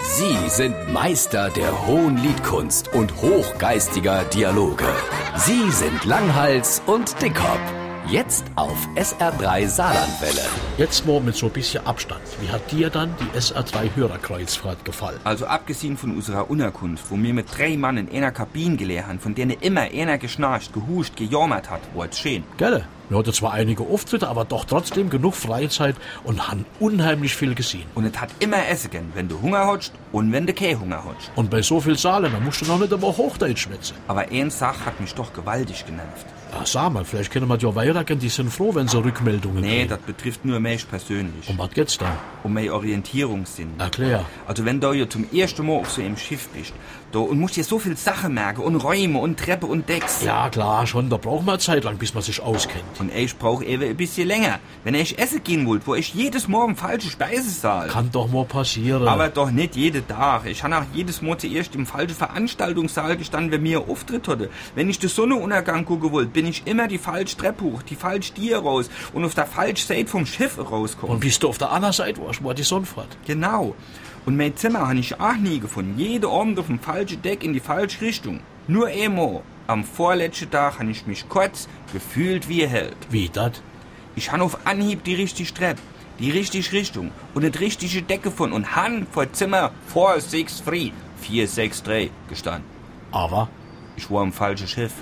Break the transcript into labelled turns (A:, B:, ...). A: Sie sind Meister der hohen Liedkunst und hochgeistiger Dialoge. Sie sind Langhals und Dickhop. Jetzt auf SR3 Saarlandwelle.
B: Jetzt mal mit so ein bisschen Abstand. Wie hat dir dann die SR3-Hörerkreuzfahrt gefallen?
C: Also abgesehen von unserer Unerkunft, wo mir mit drei Mann in einer Kabine gelehrt haben, von denen immer einer geschnarcht, gehuscht, gejammert hat, war's schön.
B: Gell? Wir hatten zwar einige Auftritte, aber doch trotzdem genug Freizeit und haben unheimlich viel gesehen.
C: Und es hat immer Essen gern, wenn du Hunger hast und wenn du keinen Hunger hast.
B: Und bei so viel Saarländer musst du noch nicht einmal Hochdeutsch schwätzen.
C: Aber eine Sache hat mich doch gewaltig genervt.
B: Ja, sag mal, vielleicht kennen wir die ja weitergehen, die sind froh, wenn sie Rückmeldungen
C: Nee,
B: kriegen.
C: das betrifft nur mich persönlich.
B: Um was geht's da?
C: um mein Orientierungssinn.
B: Erklär.
C: Also wenn du ja zum ersten Mal auf so einem Schiff bist, da und musst dir so viel Sachen merken und Räume und Treppe und Decks.
B: Ja, klar, schon, da braucht man eine Zeit lang, bis man sich auskennt.
C: Und ich brauche eben ein bisschen länger. Wenn ich essen gehen wollt, wo ich jedes Morgen falsche Speise sah.
B: Kann doch mal passieren.
C: Aber doch nicht jeden Tag. Ich habe auch jedes Mal zuerst im falschen Veranstaltungssaal gestanden, wenn mir ein Auftritt hatte. Wenn ich den Sonnenuntergang gucken wollte, bin ich immer die falsche Treppe hoch, die falsche Tier raus und auf der falschen Seite vom Schiff rausgekommen.
B: und bis du auf der anderen Seite warst, war die Sonnenfahrt.
C: Genau. Und mein Zimmer habe ich auch nie gefunden. Jede Abend auf dem falschen Deck in die falsche Richtung. Nur Emo. Am vorletzten Tag habe ich mich kurz gefühlt wie ein Held.
B: Wie dat?
C: Ich habe auf Anhieb die richtige Treppe, die richtige Richtung und die richtige Decke von und han vor Zimmer 463, 463 gestanden.
B: Aber
C: Ich war am falschen Schiff.